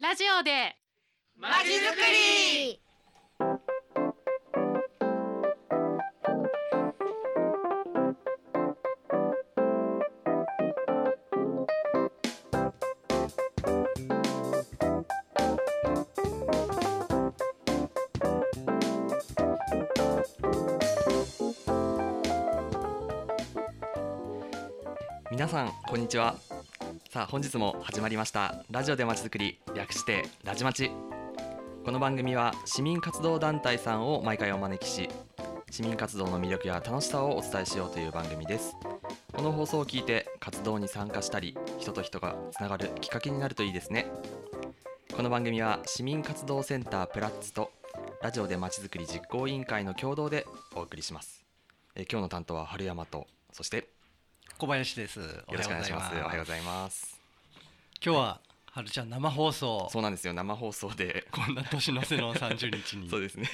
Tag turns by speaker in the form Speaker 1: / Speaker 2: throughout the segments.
Speaker 1: ラジオで
Speaker 2: まちづくり
Speaker 3: 皆さんこんにちはさあ本日も始まりましたラジオでまちづくり略してラジまちこの番組は市民活動団体さんを毎回お招きし市民活動の魅力や楽しさをお伝えしようという番組ですこの放送を聞いて活動に参加したり人と人がつながるきっかけになるといいですねこの番組は市民活動センタープラッツとラジオでまちづくり実行委員会の共同でお送りしますえー今日の担当は春山とそして
Speaker 4: 小林です。よ
Speaker 3: よろしくお願いします。おはようご
Speaker 4: 今
Speaker 3: ざいます。
Speaker 4: 日ははるちゃん生放送。
Speaker 3: そうなんですよ。生放送で。
Speaker 4: こんな年の瀬の30日に
Speaker 3: そうですね。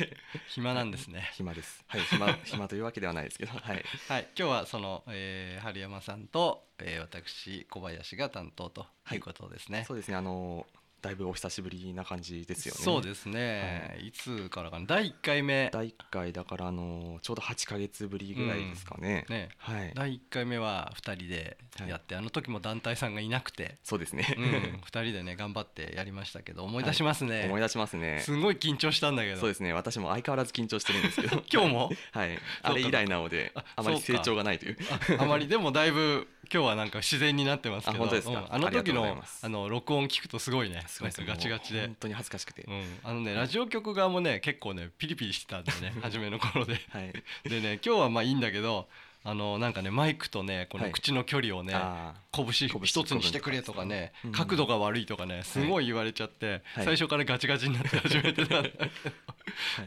Speaker 4: 暇なんですね。
Speaker 3: 暇です。はい、暇、暇というわけではないですけど、はい。
Speaker 4: はい、今日はその、えー、春山さんと、えー、私小林が担当ということですね。
Speaker 3: そうですね。あのー、だいぶお久しぶりな感じですよね。
Speaker 4: そうですね。い、つからかな第一回目
Speaker 3: 第一回だから、あのー、ちょうど八ヶ月ぶりぐらいですかね。
Speaker 4: ね
Speaker 3: はい。
Speaker 4: 第一回目は二人でやって、あの時も団体さんがいな くて、
Speaker 3: そうです
Speaker 4: うん、
Speaker 3: ね。
Speaker 4: 二人でね頑張ってやりましたけど思い出しますね。
Speaker 3: 思い出しますね。
Speaker 4: すごい緊張したんだけど。。
Speaker 3: そうですね。私も相変わらず緊張してるんですけど
Speaker 4: 今日も。
Speaker 3: はい。あれ以来なので
Speaker 4: あ、
Speaker 3: あまり
Speaker 4: そ
Speaker 3: 成
Speaker 4: うか
Speaker 3: 長がないという。
Speaker 4: あまりでもだいぶ今日はなんか自然になってますけど
Speaker 3: あ本当ですか
Speaker 4: うんあの時
Speaker 3: ありがとうござい
Speaker 4: の
Speaker 3: ます
Speaker 4: あの録音聞くとすごいね
Speaker 3: すご
Speaker 4: な
Speaker 3: で
Speaker 4: いん
Speaker 3: す
Speaker 4: か
Speaker 3: ね
Speaker 4: ガチガチで
Speaker 3: もう本、当に恥ずかしくて
Speaker 4: う。ん、あのねラジオ局側もね結構ねピリピリしてたん だよね初めの頃で
Speaker 3: はい。
Speaker 4: でね今日はまあいいんだけどあのなんかねマイクとねこ
Speaker 3: は
Speaker 4: の
Speaker 3: い
Speaker 4: 口の距離をね、
Speaker 3: ああ。
Speaker 4: 拳
Speaker 3: 拳
Speaker 4: 一つにしてくれとかね
Speaker 3: うん
Speaker 4: 角度が悪いとかねすごい言われちゃって
Speaker 3: はい
Speaker 4: 最初からガチガチになって始めてたんだけど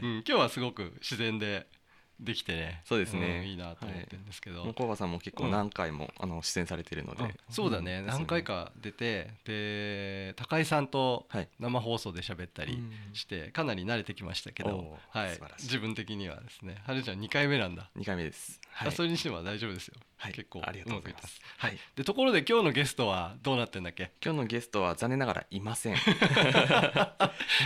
Speaker 4: うん今日はすごく自然でできてね
Speaker 3: そうですね
Speaker 4: んいいなと思ってるんですけど、
Speaker 3: もうコバさんも結構何回も、あの出演されてるの
Speaker 4: あ
Speaker 3: で。
Speaker 4: そうだね、
Speaker 3: ん
Speaker 4: 何回。か出てで高井さんと
Speaker 3: はい
Speaker 4: 生放送で喋ったりしてかなり慣れてきましたけど
Speaker 3: お、ー
Speaker 4: はい
Speaker 3: 素晴ら、しい
Speaker 4: 自分的にはですねはるちゃん2回目なんだ、
Speaker 3: 二回目です。
Speaker 4: あそれにしては大丈夫ですよ、
Speaker 3: はい
Speaker 4: 結構
Speaker 3: ありがとうございます
Speaker 4: まくって
Speaker 3: はい
Speaker 4: はい、でところで今日のゲストはどうなってんだっけ、
Speaker 3: 今日のゲストは残念ながらいま せん。は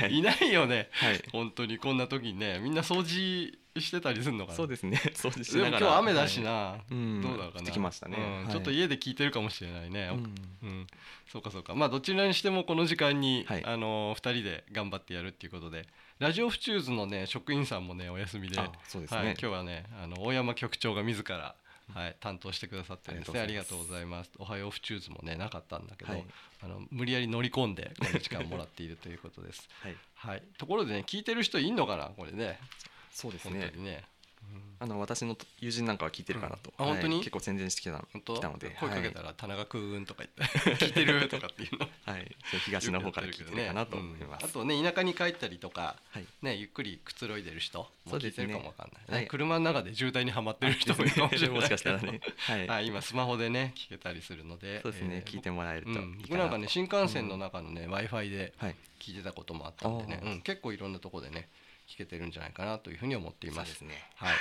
Speaker 3: い
Speaker 4: い、ないよね
Speaker 3: はい。
Speaker 4: 本当にこんな時にねみんな掃除してたりするのかな
Speaker 3: そうですね。掃除し
Speaker 4: でも
Speaker 3: な
Speaker 4: 今
Speaker 3: がら。
Speaker 4: 日雨だしな、
Speaker 3: はい。うん。
Speaker 4: どうだろうか
Speaker 3: 降っ
Speaker 4: な
Speaker 3: てきましたね
Speaker 4: うん。
Speaker 3: はい
Speaker 4: ちょっと。家で聞いてるかもしれないね、
Speaker 3: うん
Speaker 4: うん、そうかそうかまあどちらにしてもこの時間に、
Speaker 3: はい
Speaker 4: あのー、2人で頑張ってやるっていうことでラジオフチューズのね職員さんもねお休みで
Speaker 3: あそうですね
Speaker 4: はい、今日はねあの大山局長が自ら、はい、担当してくださってるんですねあ
Speaker 3: あ
Speaker 4: り
Speaker 3: り
Speaker 4: が
Speaker 3: が
Speaker 4: と
Speaker 3: と
Speaker 4: う
Speaker 3: う
Speaker 4: ご
Speaker 3: ご
Speaker 4: ざいますおはようフチューズもねなかったんだけど、
Speaker 3: はい
Speaker 4: あの無理やり乗り込んでこの時間もらっているということです
Speaker 3: はい。
Speaker 4: はいところでね聞いてる人いんのかなこれね
Speaker 3: そうです
Speaker 4: 本
Speaker 3: ね
Speaker 4: 当。にね、うん
Speaker 3: あの私の友人なんかは聞いてるかなと。
Speaker 4: うんあ本当に
Speaker 3: はい結構宣伝してきたの。
Speaker 4: 本当
Speaker 3: 来たので
Speaker 4: 声かけたら「田中くん」とか言って 「聞いてる?」とかっていうの
Speaker 3: はい。そう東の方から聞いてるかなと思います。
Speaker 4: あとね田舎に帰ったりとか、
Speaker 3: はい
Speaker 4: ね、ゆっくりくつろいでる人
Speaker 3: そ
Speaker 4: も
Speaker 3: う
Speaker 4: 聞
Speaker 3: で
Speaker 4: い
Speaker 3: す
Speaker 4: て
Speaker 3: ね
Speaker 4: るかもわかんない、ね
Speaker 3: はい
Speaker 4: 車の中で渋滞にはまってる人 もいるかもしれない
Speaker 3: もしかしたらね。はい。
Speaker 4: はい、今スマホでね聞けたりするので
Speaker 3: そうですね。
Speaker 4: えー
Speaker 3: 聞いてもらえるといいか
Speaker 4: うん
Speaker 3: なと。
Speaker 4: 僕なんかね新幹線の中のね w i f i で
Speaker 3: はい。
Speaker 4: 聞いてたこともあったんでね、
Speaker 3: あー
Speaker 4: うん結構いろんなところでね聞けてるんじゃないかなというふうに思ってい
Speaker 3: そ
Speaker 4: ま
Speaker 3: うですすね。
Speaker 4: はい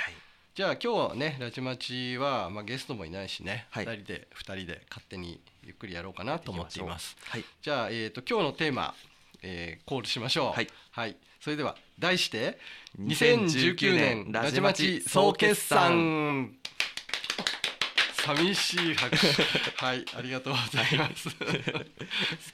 Speaker 4: じゃあ今日はねラジマチは、まあ、ゲストもいないしね、
Speaker 3: はい
Speaker 4: 2人で2人で勝手にゆっくりやろうかなと思っています
Speaker 3: はい。
Speaker 4: じゃあ、えー、と今日のテーマ、えーコールしましょう
Speaker 3: はい、
Speaker 4: それでは題して
Speaker 3: 2019年ラジマチ総決算
Speaker 4: 寂しい拍手 はいありがとうございます今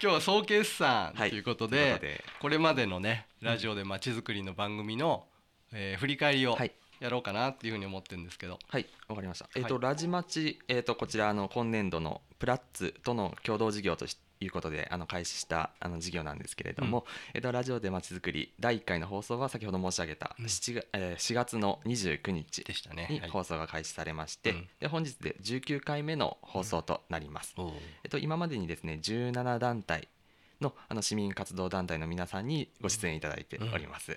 Speaker 4: 日は総決算と
Speaker 3: はい
Speaker 4: いうこと
Speaker 3: と
Speaker 4: で,、
Speaker 3: いうことで
Speaker 4: これまでのねラジオでまちづくりの番組の、えー振り返りを
Speaker 3: はい
Speaker 4: やろうかなっていうふうに思ってるんですけど、
Speaker 3: はい、わかりました。えっ、と、
Speaker 4: は
Speaker 3: ラジマチ、えっ、と、こちらあの今年度のプラッツとの共同事業としいうことで、あの開始したあの事業なんですけれども。えっ、と、ラジオでまちづくり第一回の放送は先ほど申し上げた
Speaker 4: うん
Speaker 3: 七、月えー、4月の29日
Speaker 4: でしたね
Speaker 3: に
Speaker 4: はい
Speaker 3: 放送が開始されまして、
Speaker 4: うん
Speaker 3: で本日で19回目の放送となります。
Speaker 4: おう
Speaker 3: えっと、今までにですね17団体のあの市民活動団体の皆さんにご出演いただいております、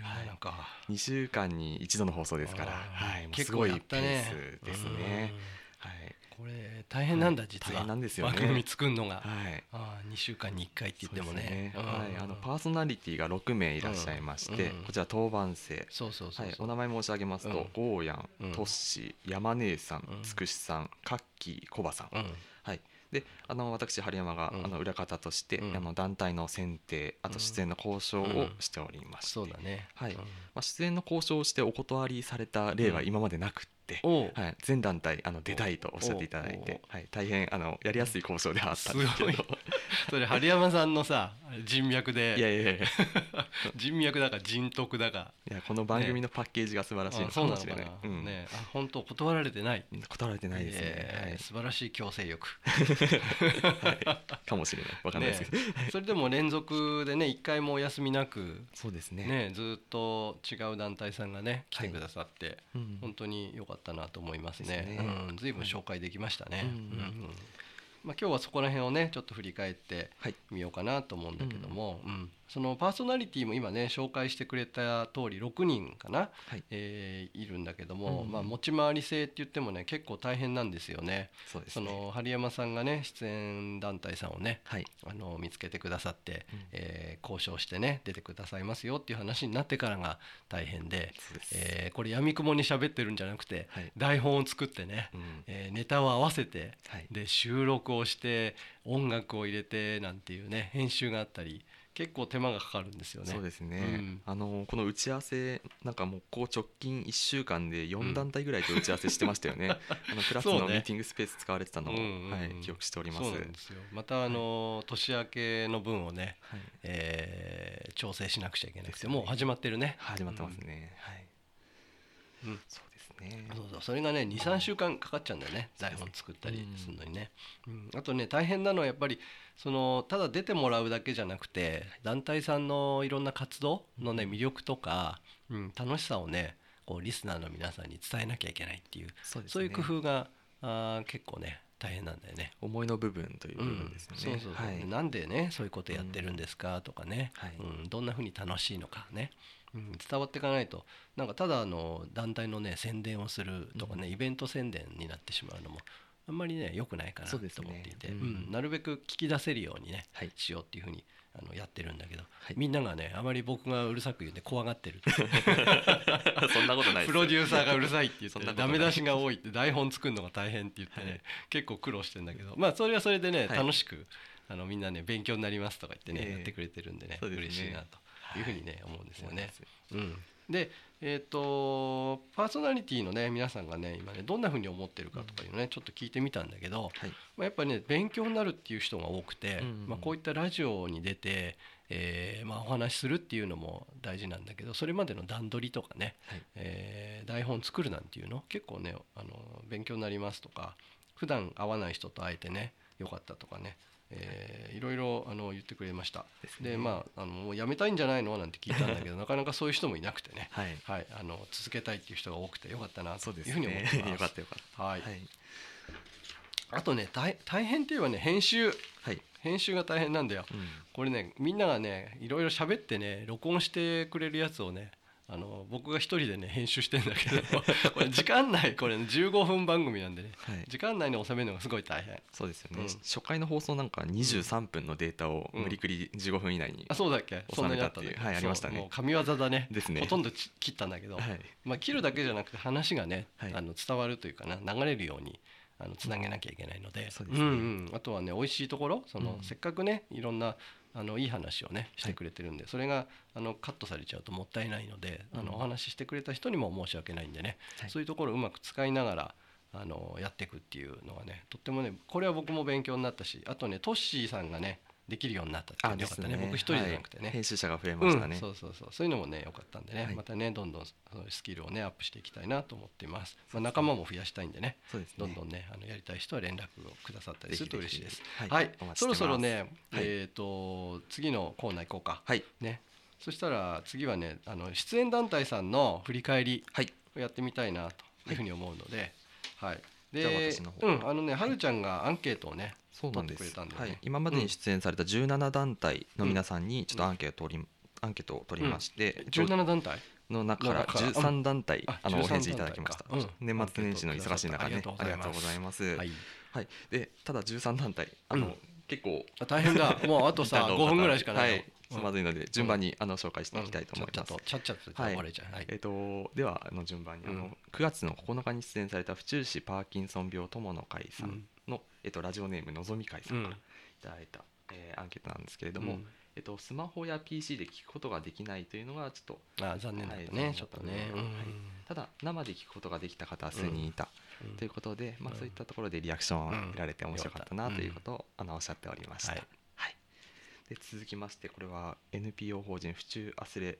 Speaker 4: 17か、
Speaker 3: 二2週間に一度の放送ですから、
Speaker 4: あー
Speaker 3: はい、もう
Speaker 4: 結
Speaker 3: すご
Speaker 4: 構
Speaker 3: い
Speaker 4: やっ
Speaker 3: ペ
Speaker 4: た
Speaker 3: ー
Speaker 4: ね
Speaker 3: スですね。
Speaker 4: うん
Speaker 3: はい、
Speaker 4: これ大変なんだ、
Speaker 3: はい
Speaker 4: 実は
Speaker 3: 大変なんですよね
Speaker 4: 番組作るのが、
Speaker 3: はい。
Speaker 4: ああ2週間に1回って言ってもね
Speaker 3: そうですはい、あのパ
Speaker 4: ー
Speaker 3: ーソナリティが6名いらっしゃいまして、
Speaker 4: うん
Speaker 3: こちら当番制。
Speaker 4: そうそうそう
Speaker 3: はい、
Speaker 4: そ
Speaker 3: お
Speaker 4: う、
Speaker 3: 名前申し上げますと、
Speaker 4: うん
Speaker 3: ゴーヤン
Speaker 4: うん、
Speaker 3: トッシー、山姉さん
Speaker 4: うん、
Speaker 3: つくしさん、カッキー、コバさん。
Speaker 4: うん
Speaker 3: はい、であの私春山が、
Speaker 4: うん
Speaker 3: あの裏方として、
Speaker 4: うん
Speaker 3: あの団体の選定あと出演の交渉
Speaker 4: う
Speaker 3: を
Speaker 4: ん
Speaker 3: しておりまして、
Speaker 4: そうだね。
Speaker 3: はい
Speaker 4: う
Speaker 3: ま
Speaker 4: ん
Speaker 3: あ、出演の交渉をしてお断りされた例は
Speaker 4: うん
Speaker 3: 今までなくって、
Speaker 4: おう
Speaker 3: はい、全団体あの出たいとおっしゃっていただいて、はい、大変あのやりやすい交渉ではあったんですけど
Speaker 4: すごそれ春山さんのさ人脈
Speaker 3: いや
Speaker 4: で
Speaker 3: いやいやいや
Speaker 4: 人脈だか人徳だか
Speaker 3: いやこの番組のパッケージが素晴らしいの
Speaker 4: あそ
Speaker 3: か
Speaker 4: うな
Speaker 3: も
Speaker 4: の
Speaker 3: し
Speaker 4: か
Speaker 3: れない
Speaker 4: な、
Speaker 3: うん
Speaker 4: ねあ本当断られてない
Speaker 3: うん断られてないですね、
Speaker 4: えー
Speaker 3: はい
Speaker 4: 素晴らしい強制力
Speaker 3: かもしれないわかんないですけど、
Speaker 4: それでも連続でね一回もお休みなく
Speaker 3: そうですね
Speaker 4: ねずっと違う団体さんがね来てくださって、
Speaker 3: うん
Speaker 4: 本当に良かったなと思います
Speaker 3: で
Speaker 4: ね
Speaker 3: すね
Speaker 4: うん、随分紹介できましたね、
Speaker 3: うん
Speaker 4: うんうんまあ、今日はそこら辺をねちょっと振り返って
Speaker 3: はい
Speaker 4: みようかなと思うんだけども、うんそのパーソナリティも今ね紹介してくれた通り6人かな、
Speaker 3: はい
Speaker 4: えーいるんだけども、
Speaker 3: うん
Speaker 4: まあ、持ち回り制って言ってもね結構大変なんですよね。
Speaker 3: そうです
Speaker 4: そ
Speaker 3: ね
Speaker 4: の春山さんがね出演団体さんをね
Speaker 3: はい
Speaker 4: あの見つけてくださって、
Speaker 3: うん
Speaker 4: えー交渉してね出てくださいますよっていう話になってからが大変で、
Speaker 3: そうです、
Speaker 4: えーこれやみくもに喋ってるんじゃなくて
Speaker 3: はい、
Speaker 4: 台本を作ってね、
Speaker 3: うん
Speaker 4: えーネタを合わせて
Speaker 3: はい、
Speaker 4: で収録をして音楽を入れてなんていうね編集があったり結構手間がかかるんですよね。
Speaker 3: そうですね、
Speaker 4: うん
Speaker 3: あのこの打ち合わせなんかもうこう直近1週間で4団体ぐらいと打ち合わせしてましたよ ね、あのクラス
Speaker 4: そ
Speaker 3: の
Speaker 4: う
Speaker 3: ミ
Speaker 4: ね
Speaker 3: ーティングスペース使われてたのを、
Speaker 4: うんうんうん
Speaker 3: はい、記憶しております
Speaker 4: そうなんですよまたあのー年明けの分をね、
Speaker 3: はい、
Speaker 4: えー調整しなくちゃいけなく
Speaker 3: で
Speaker 4: て、
Speaker 3: すよね
Speaker 4: もう始まってるね。
Speaker 3: 始まってますね、はい、
Speaker 4: うん
Speaker 3: そうですね
Speaker 4: そうそうそれがね23週間かかっちゃうんだよね台本作ったり
Speaker 3: うん
Speaker 4: するのにね、うんあとね大変なのはやっぱりそのただ出てもらうだけじゃなくて団体さんのいろんな活動のね魅力とか、うん、楽しさをねこうリスナーの皆さんに伝えなきゃいけないっていう
Speaker 3: そうですね
Speaker 4: そういう工夫があー結構ね大変なんだよね。
Speaker 3: 思いの部分という部分ですよね、
Speaker 4: うんそうそうそう
Speaker 3: はい、
Speaker 4: なん でねそういうことやってるんですかとかね、
Speaker 3: はい
Speaker 4: うん、どんな風に楽しいのかね、うん、伝わっていかないとなんかただあの団体のね宣伝をするとかね、イベント宣伝になってしまうのもあんまりね良くないかな
Speaker 3: そ
Speaker 4: と
Speaker 3: う
Speaker 4: 思っ
Speaker 3: ですね
Speaker 4: ていて、
Speaker 3: うん
Speaker 4: うんなるべく聞き出せるようにね、
Speaker 3: はい
Speaker 4: しようっていう風にあのやってるんだけど、
Speaker 3: い
Speaker 4: みんながねあまり僕がうるさく言うんで怖がってる
Speaker 3: そんなことないです
Speaker 4: プロデューサーがうるさいって言 っ
Speaker 3: そん
Speaker 4: て
Speaker 3: なことな
Speaker 4: ダ
Speaker 3: い
Speaker 4: メ出しが多いって台本作るのが大変って言って
Speaker 3: はい
Speaker 4: ね結構苦労してんだけどまあそれはそれでね
Speaker 3: はい
Speaker 4: 楽しくあのみんなね勉強になりますとか言って
Speaker 3: え
Speaker 4: ね
Speaker 3: え
Speaker 4: やってくれてるんでね
Speaker 3: そうですね
Speaker 4: 嬉しいなというふうにね思うんですよ
Speaker 3: 思い
Speaker 4: ね
Speaker 3: ま。す
Speaker 4: うんでえっとパーソナリティのね皆さんがね今ねどんなふうに思ってるかとかいうのねちょっと聞いてみたんだけど
Speaker 3: はい
Speaker 4: まあやっぱりね勉強になるっていう人が多くて
Speaker 3: うん
Speaker 4: まあこういったラジオに出てえーまあお話しするっていうのも大事なんだけどそれまでの段取りとかね
Speaker 3: はい
Speaker 4: えー台本作るなんていうの結構ねあの勉強になりますとか普段会わない人と会えてねよかったとかね、えーいろいろあの言ってくれました
Speaker 3: ですね
Speaker 4: でまああのもう辞めたいんじゃないのなんて聞いたんだ けどなかなかそういう人もいなくてね、
Speaker 3: はい
Speaker 4: はい、あの続けたいっていう人が多くてよかったな
Speaker 3: そ
Speaker 4: と
Speaker 3: う
Speaker 4: い
Speaker 3: で
Speaker 4: う
Speaker 3: すね
Speaker 4: ふうに思ってます。
Speaker 3: よかったよかっ
Speaker 4: は
Speaker 3: た
Speaker 4: い
Speaker 3: はい
Speaker 4: あとね大大変っていえばね編集
Speaker 3: はい、
Speaker 4: 編集が大変なんだよ。
Speaker 3: うん
Speaker 4: これねみんながねいろいろ喋ってね録音してくれるやつをねあの僕が一人でね編集してんだけど これ時間内これ、ね、15分番組なんでね
Speaker 3: はい
Speaker 4: 時間内に収めるのがすごい大変
Speaker 3: そうですよね、
Speaker 4: うん
Speaker 3: 初回の放送なんか23分のデータを
Speaker 4: うん
Speaker 3: 無理くり15分以内に、
Speaker 4: あそうだっけそんなにあったん
Speaker 3: 収めたってい
Speaker 4: だけ
Speaker 3: う
Speaker 4: ど
Speaker 3: はいありましたね
Speaker 4: そうもう神業だね
Speaker 3: ですね
Speaker 4: ほとんどち切ったんだけど、
Speaker 3: はい
Speaker 4: まあ、切るだけじゃなくて話がね、
Speaker 3: はい
Speaker 4: あの伝わるというかな流れるようにあのつなげなきゃいけないので
Speaker 3: そうですね
Speaker 4: んうん、あとはね美味しいところその、
Speaker 3: うん
Speaker 4: せっかくねいろんなあのいい話をねしてくれてるんで、それがあのカットされちゃうともったいないのであ
Speaker 3: う
Speaker 4: の
Speaker 3: ん
Speaker 4: お話ししてくれた人にも申し訳ないんでね、
Speaker 3: はい
Speaker 4: そういうところをうまく使いながらあのやっていくっていうのがねとってもねこれは僕も勉強になったしあとねトッシーさんがねできるようになったっていうのがよかったね僕一人じゃなくてね、
Speaker 3: はい編集者が増えました
Speaker 4: う
Speaker 3: ね
Speaker 4: ん、、そうそうそうそういうのもね良かったんでね、
Speaker 3: はい
Speaker 4: またねどんどんそういうスキルをねアップしていきたいなと思っています、まあ、仲間も増やしたいんでね
Speaker 3: そうですね
Speaker 4: どんどんねあのやりたい人は連絡をくださったりすると
Speaker 3: ぜひ
Speaker 4: 嬉しい
Speaker 3: ぜ
Speaker 4: で
Speaker 3: ひ
Speaker 4: す
Speaker 3: は
Speaker 4: はいい、
Speaker 3: お待ちしてます
Speaker 4: そろそろね、
Speaker 3: はい
Speaker 4: えっ、と次のコーナー行こうか、
Speaker 3: はい
Speaker 4: ねそしたら次はねあの出演団体さんの振り返り
Speaker 3: はい
Speaker 4: をやってみたいなというふうに思うのではい、
Speaker 3: じゃあ
Speaker 4: で
Speaker 3: 私の方
Speaker 4: うんあのねはるちゃんがアンケートをね
Speaker 3: そうなんです
Speaker 4: 撮ってくれたんだよ
Speaker 3: は
Speaker 4: ね
Speaker 3: い、今までに出演された17団体の皆さんにちょっとアンケートを取り、アンケートを取りまして、
Speaker 4: 17団体
Speaker 3: の中から
Speaker 4: の中
Speaker 3: 13団体
Speaker 4: あ
Speaker 3: あの
Speaker 4: 13
Speaker 3: お返事いただきました、
Speaker 4: 団体かうん
Speaker 3: 年末年始の忙しい中ねあ
Speaker 4: あ
Speaker 3: り
Speaker 4: り
Speaker 3: が
Speaker 4: が
Speaker 3: と
Speaker 4: と
Speaker 3: う
Speaker 4: う
Speaker 3: ご
Speaker 4: ご
Speaker 3: ざ
Speaker 4: ざ
Speaker 3: い
Speaker 4: い
Speaker 3: ます
Speaker 4: はい
Speaker 3: はいでただ13団体あの、
Speaker 4: うん
Speaker 3: 結構
Speaker 4: あ大変だもうあと さ
Speaker 3: 時間が多
Speaker 4: 5
Speaker 3: かった
Speaker 4: 分ぐらいしかないよ
Speaker 3: はいつまずいので順番に、あの紹介していきたいと思います、
Speaker 4: うんちゃっちゃとちゃっちゃと
Speaker 3: はい
Speaker 4: 終われちゃう。はい
Speaker 3: えっとではあの順番にあの、
Speaker 4: うん
Speaker 3: 9月の9日に出演された府中市パーキンソン病友の会さんのえっと、ラジオネームのぞみかいさんからいただいた、えーアンケートなんですけれども、
Speaker 4: うん
Speaker 3: えっと、スマホや PC で聞くことができないというのがちょっと
Speaker 4: あ残念だった
Speaker 3: は
Speaker 4: ね
Speaker 3: い
Speaker 4: ちょっとね
Speaker 3: はいただ生で聞くことができた方は数人いた、
Speaker 4: うん
Speaker 3: ということで、まあ、
Speaker 4: うん
Speaker 3: そういったところでリアクションを得られて
Speaker 4: うん
Speaker 3: 面白かった
Speaker 4: よ
Speaker 3: な
Speaker 4: かった
Speaker 3: ということをあのおっしゃっておりました、
Speaker 4: はい
Speaker 3: はいで続きましてこれは NPO 法人府中アスレ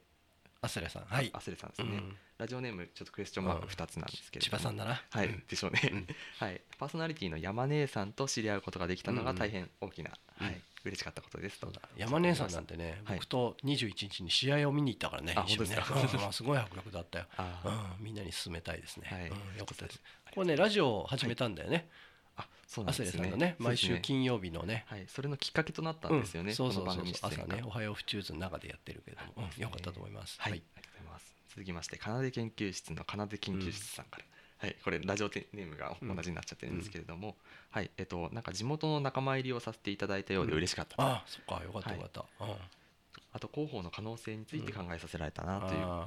Speaker 4: アスレさんはい
Speaker 3: アスレさんです
Speaker 4: う
Speaker 3: ね、
Speaker 4: ん
Speaker 3: ラジオネームちょっとクエスチョンマーク2つなんですけれど
Speaker 4: 千
Speaker 3: も、
Speaker 4: 葉さんだな
Speaker 3: は
Speaker 4: う
Speaker 3: い
Speaker 4: ん、
Speaker 3: でしょうね、
Speaker 4: うん
Speaker 3: はい、パーソナリティの山姉さんと知り合うことができたのが
Speaker 4: うん
Speaker 3: 大変大きな、
Speaker 4: うん
Speaker 3: はい、嬉しかったことですと
Speaker 4: そうだ山根さんなんてね
Speaker 3: はい
Speaker 4: 僕と21日に試合を見に行ったからね
Speaker 3: あ
Speaker 4: 一緒にね
Speaker 3: 本当ですか
Speaker 4: うんまあすごい迫力だったよ
Speaker 3: あー
Speaker 4: うんみんなに勧めたいです
Speaker 3: はい
Speaker 4: ねうんよかっ
Speaker 3: あ
Speaker 4: たです
Speaker 3: りがとう
Speaker 4: こ
Speaker 3: ございます
Speaker 4: れねラジオを始めたんだよね
Speaker 3: あそうな
Speaker 4: ア
Speaker 3: ん
Speaker 4: ス
Speaker 3: で
Speaker 4: レ
Speaker 3: す
Speaker 4: さん
Speaker 3: ね
Speaker 4: がね毎
Speaker 3: そう
Speaker 4: 週
Speaker 3: ですね
Speaker 4: 金曜日のね
Speaker 3: はい、それのきっかけとなったんですよね、
Speaker 4: うんそうそう
Speaker 3: こ
Speaker 4: そ
Speaker 3: の番
Speaker 4: う
Speaker 3: 組
Speaker 4: そう
Speaker 3: 出
Speaker 4: 朝
Speaker 3: 演が
Speaker 4: ね「おはようフチューズ」の中でやってるけれども、うんよかったと思います
Speaker 3: はい、ありがとうございます。続きまして、奏で研究室の奏で研究室さんから。はい、これラジオネームが
Speaker 4: うん
Speaker 3: 同じになっちゃってるんですけれども、はい、えっと、なんか地元の仲間入りをさせていただいたようで嬉しかったと、
Speaker 4: ああそっかよかったよかった、うん
Speaker 3: あと広報の可能性について考えさせられたなということを、
Speaker 4: うんあ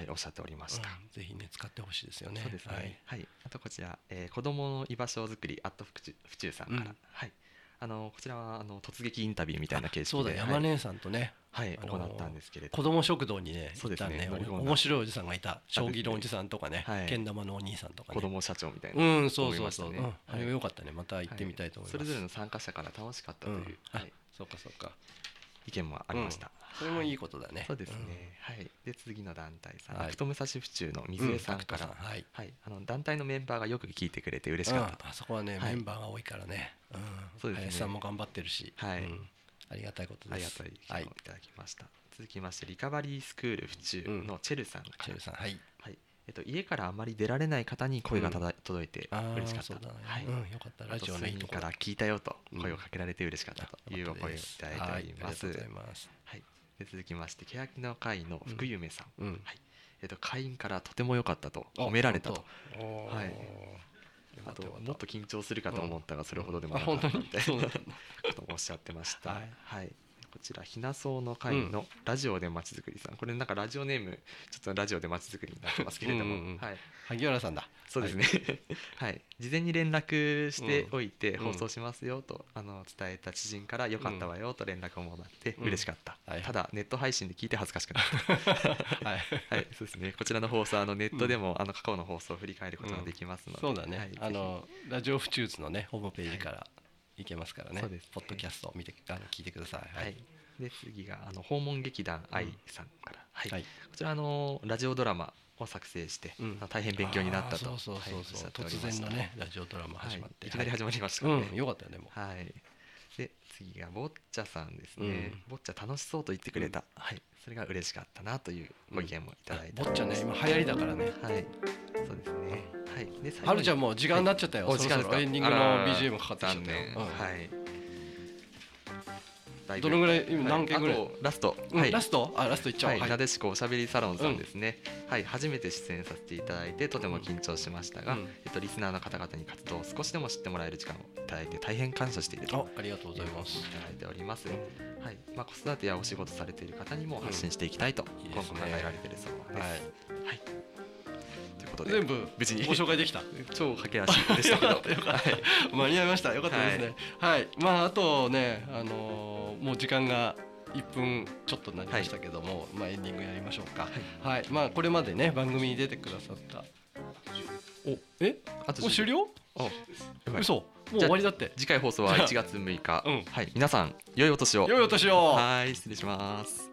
Speaker 3: はい、おっしゃっておりました。
Speaker 4: うんぜひね使ってほしいですよね
Speaker 3: そうですね、
Speaker 4: は
Speaker 3: はいい、あとこちら、えー、子供の居場所づくり、アット府中府中さんから、
Speaker 4: うん
Speaker 3: はい。あのこちらはあの突撃インタビューみたいな形
Speaker 4: そ
Speaker 3: 式
Speaker 4: うだ
Speaker 3: で、
Speaker 4: 山
Speaker 3: はい、
Speaker 4: 根さんとね
Speaker 3: はい、
Speaker 4: あの
Speaker 3: 行
Speaker 4: ー
Speaker 3: ったんですけれど
Speaker 4: 子供食堂にね
Speaker 3: そう
Speaker 4: 行
Speaker 3: で
Speaker 4: っ
Speaker 3: す
Speaker 4: た
Speaker 3: ね
Speaker 4: ね
Speaker 3: 乗り込んだ
Speaker 4: 面白いおじさんがいた将棋のおじさんとかね
Speaker 3: はい
Speaker 4: けん玉のお兄さんとか
Speaker 3: 子
Speaker 4: ね
Speaker 3: 供社長みたいな、
Speaker 4: うんそうそう
Speaker 3: と
Speaker 4: そう
Speaker 3: 思
Speaker 4: う
Speaker 3: いました
Speaker 4: ん
Speaker 3: ね
Speaker 4: あれはよかったねまた行ってみたいと思い
Speaker 3: そ
Speaker 4: ます
Speaker 3: れぞれの参加者から楽しかったと
Speaker 4: う
Speaker 3: い
Speaker 4: ん
Speaker 3: う、
Speaker 4: あ
Speaker 3: はい、
Speaker 4: そうかそうか
Speaker 3: 意見もありました、
Speaker 4: それもいいことだね
Speaker 3: そうですね、はいで次の団体さん、
Speaker 4: はい
Speaker 3: アクトムサシ府中の
Speaker 4: うん
Speaker 3: 水江さんか
Speaker 4: う
Speaker 3: ら、
Speaker 4: はい
Speaker 3: はい、あの団体のメンバーがよく聞いてくれて嬉し
Speaker 4: うん
Speaker 3: かったと、
Speaker 4: あそこはね
Speaker 3: は
Speaker 4: メ
Speaker 3: い
Speaker 4: ンバーが多いからねうん
Speaker 3: そうですね
Speaker 4: 林さんも頑張ってるし
Speaker 3: はい
Speaker 4: うんありがたいこと
Speaker 3: あ
Speaker 4: で
Speaker 3: りが
Speaker 4: す
Speaker 3: たい意
Speaker 4: は
Speaker 3: 見をい
Speaker 4: い
Speaker 3: ただきました、続きましてリカバリースクール府中のチェルさんから、
Speaker 4: チェルさんはい
Speaker 3: はいえっと、家からあまり出られない方に声がただ、届いて
Speaker 4: あー
Speaker 3: 嬉しかった
Speaker 4: そうだね
Speaker 3: はい
Speaker 4: うんよかったラジオのいいとこ
Speaker 3: あと数人から聞いたよと声をかけられて嬉しかったというお声をい
Speaker 4: で
Speaker 3: ただいております,、
Speaker 4: はい、ありがとうご
Speaker 3: は
Speaker 4: ざい
Speaker 3: い
Speaker 4: ます。
Speaker 3: で続きまして欅の会の福夢さん、
Speaker 4: うん
Speaker 3: はいえっと、会員からとても良かったと褒められたと。は
Speaker 4: はい
Speaker 3: あともっと緊張するかと思ったがそれほどでも
Speaker 4: あ
Speaker 3: なか
Speaker 4: 本
Speaker 3: った
Speaker 4: 当
Speaker 3: み
Speaker 4: に
Speaker 3: たい
Speaker 4: そう
Speaker 3: な
Speaker 4: な
Speaker 3: こ
Speaker 4: んだ
Speaker 3: ともおっしゃってました、
Speaker 4: は
Speaker 3: はい
Speaker 4: い
Speaker 3: こちらひなそうの会のラジオでまちづくりさん、これなんかラジオネームちょっとラジオでまちづくりになってますけれども
Speaker 4: うんうんうん
Speaker 3: はい、
Speaker 4: 萩原さんだ。
Speaker 3: そうですね、はい事前に連絡しておいて
Speaker 4: うん
Speaker 3: 放送しますよと、あの伝えた知人から「よかったわよ」と連絡をもらって
Speaker 4: うん
Speaker 3: 嬉しかった、
Speaker 4: はい
Speaker 3: ただネット配信で聞いて恥ずかしくな った
Speaker 4: はい。 はい。
Speaker 3: はい、そうですね。こちらの放送、あのネットでも、あの過去の放送を振り返ることができますので。
Speaker 4: そうだ
Speaker 3: は
Speaker 4: ね
Speaker 3: い。
Speaker 4: あ、
Speaker 3: ぜ
Speaker 4: のラジオフチューズのねホームページから行けますからね。
Speaker 3: そうですね
Speaker 4: ポッドキャストを見てあの聞いてください。
Speaker 3: ひはい。で、次が、あの訪問劇団愛さんから。はい。
Speaker 4: はい
Speaker 3: こちら、あのラジオドラマを作成して、
Speaker 4: うん
Speaker 3: あの大変勉強になったと。
Speaker 4: あーそうそうそうそう。
Speaker 3: はいおっしゃっており
Speaker 4: 突
Speaker 3: まし
Speaker 4: 然
Speaker 3: た
Speaker 4: のねラジオドラマ
Speaker 3: はい
Speaker 4: 始まって。
Speaker 3: いきなり
Speaker 4: はい
Speaker 3: 始まりましたから
Speaker 4: うん。
Speaker 3: ね。
Speaker 4: よかったよでも。
Speaker 3: はい。で、次がボッチャさんですね
Speaker 4: うん。
Speaker 3: ボッチャ楽しそうと言ってくれた。はい。それが嬉しかったなというご意見もいただいて
Speaker 4: ぼ。っちゃんね今流行りだからね。
Speaker 3: はい。そうですね。はい。で、最後
Speaker 4: はる
Speaker 3: に
Speaker 4: ちゃんもう時間になっちゃったよ。
Speaker 3: お
Speaker 4: そ
Speaker 3: 時
Speaker 4: ろ
Speaker 3: 間で
Speaker 4: そ
Speaker 3: す
Speaker 4: ろ
Speaker 3: か
Speaker 4: エンディングの
Speaker 3: あららら
Speaker 4: BGM かかってきちゃっ
Speaker 3: 残
Speaker 4: たよ
Speaker 3: 念、
Speaker 4: うん
Speaker 3: はいだいぶ
Speaker 4: どのぐらい今
Speaker 3: はい
Speaker 4: 何件ぐらい
Speaker 3: あとラスト、
Speaker 4: うん
Speaker 3: はい
Speaker 4: ラストあラストいっちゃお
Speaker 3: は
Speaker 4: う。
Speaker 3: い、
Speaker 4: はい
Speaker 3: なでしこおしゃべりサロンさんですね、はい初めて出演させていただいてとても緊張しましたが、
Speaker 4: うん
Speaker 3: えっと、リスナーの方々に活動を少しでも知ってもらえる時間をいただいて大変感謝していると
Speaker 4: あありがとうございます
Speaker 3: い。ただいております、はいまあ、子育てやお仕事されている方にも発信していきたいと
Speaker 4: んいい
Speaker 3: 今
Speaker 4: で
Speaker 3: 後
Speaker 4: す
Speaker 3: 考
Speaker 4: ね
Speaker 3: えられているそうです、
Speaker 4: はい
Speaker 3: はいということで
Speaker 4: 全部
Speaker 3: 無事に
Speaker 4: ご紹介できた
Speaker 3: 超駆け足で したけどはい
Speaker 4: 間に合いましたよかったですねはい、まああとねあのーもう時間が1分ちょっとになりましたけども、まあエンディングやりましょうかはい、まあこれまでね番組に出てくださったおえ
Speaker 3: あと
Speaker 4: もう終了
Speaker 3: おやばい
Speaker 4: 嘘もう終わりだって
Speaker 3: 次回放送は1月6日、
Speaker 4: うん
Speaker 3: はい皆さん良いお年を
Speaker 4: 良いお年を
Speaker 3: はい失礼します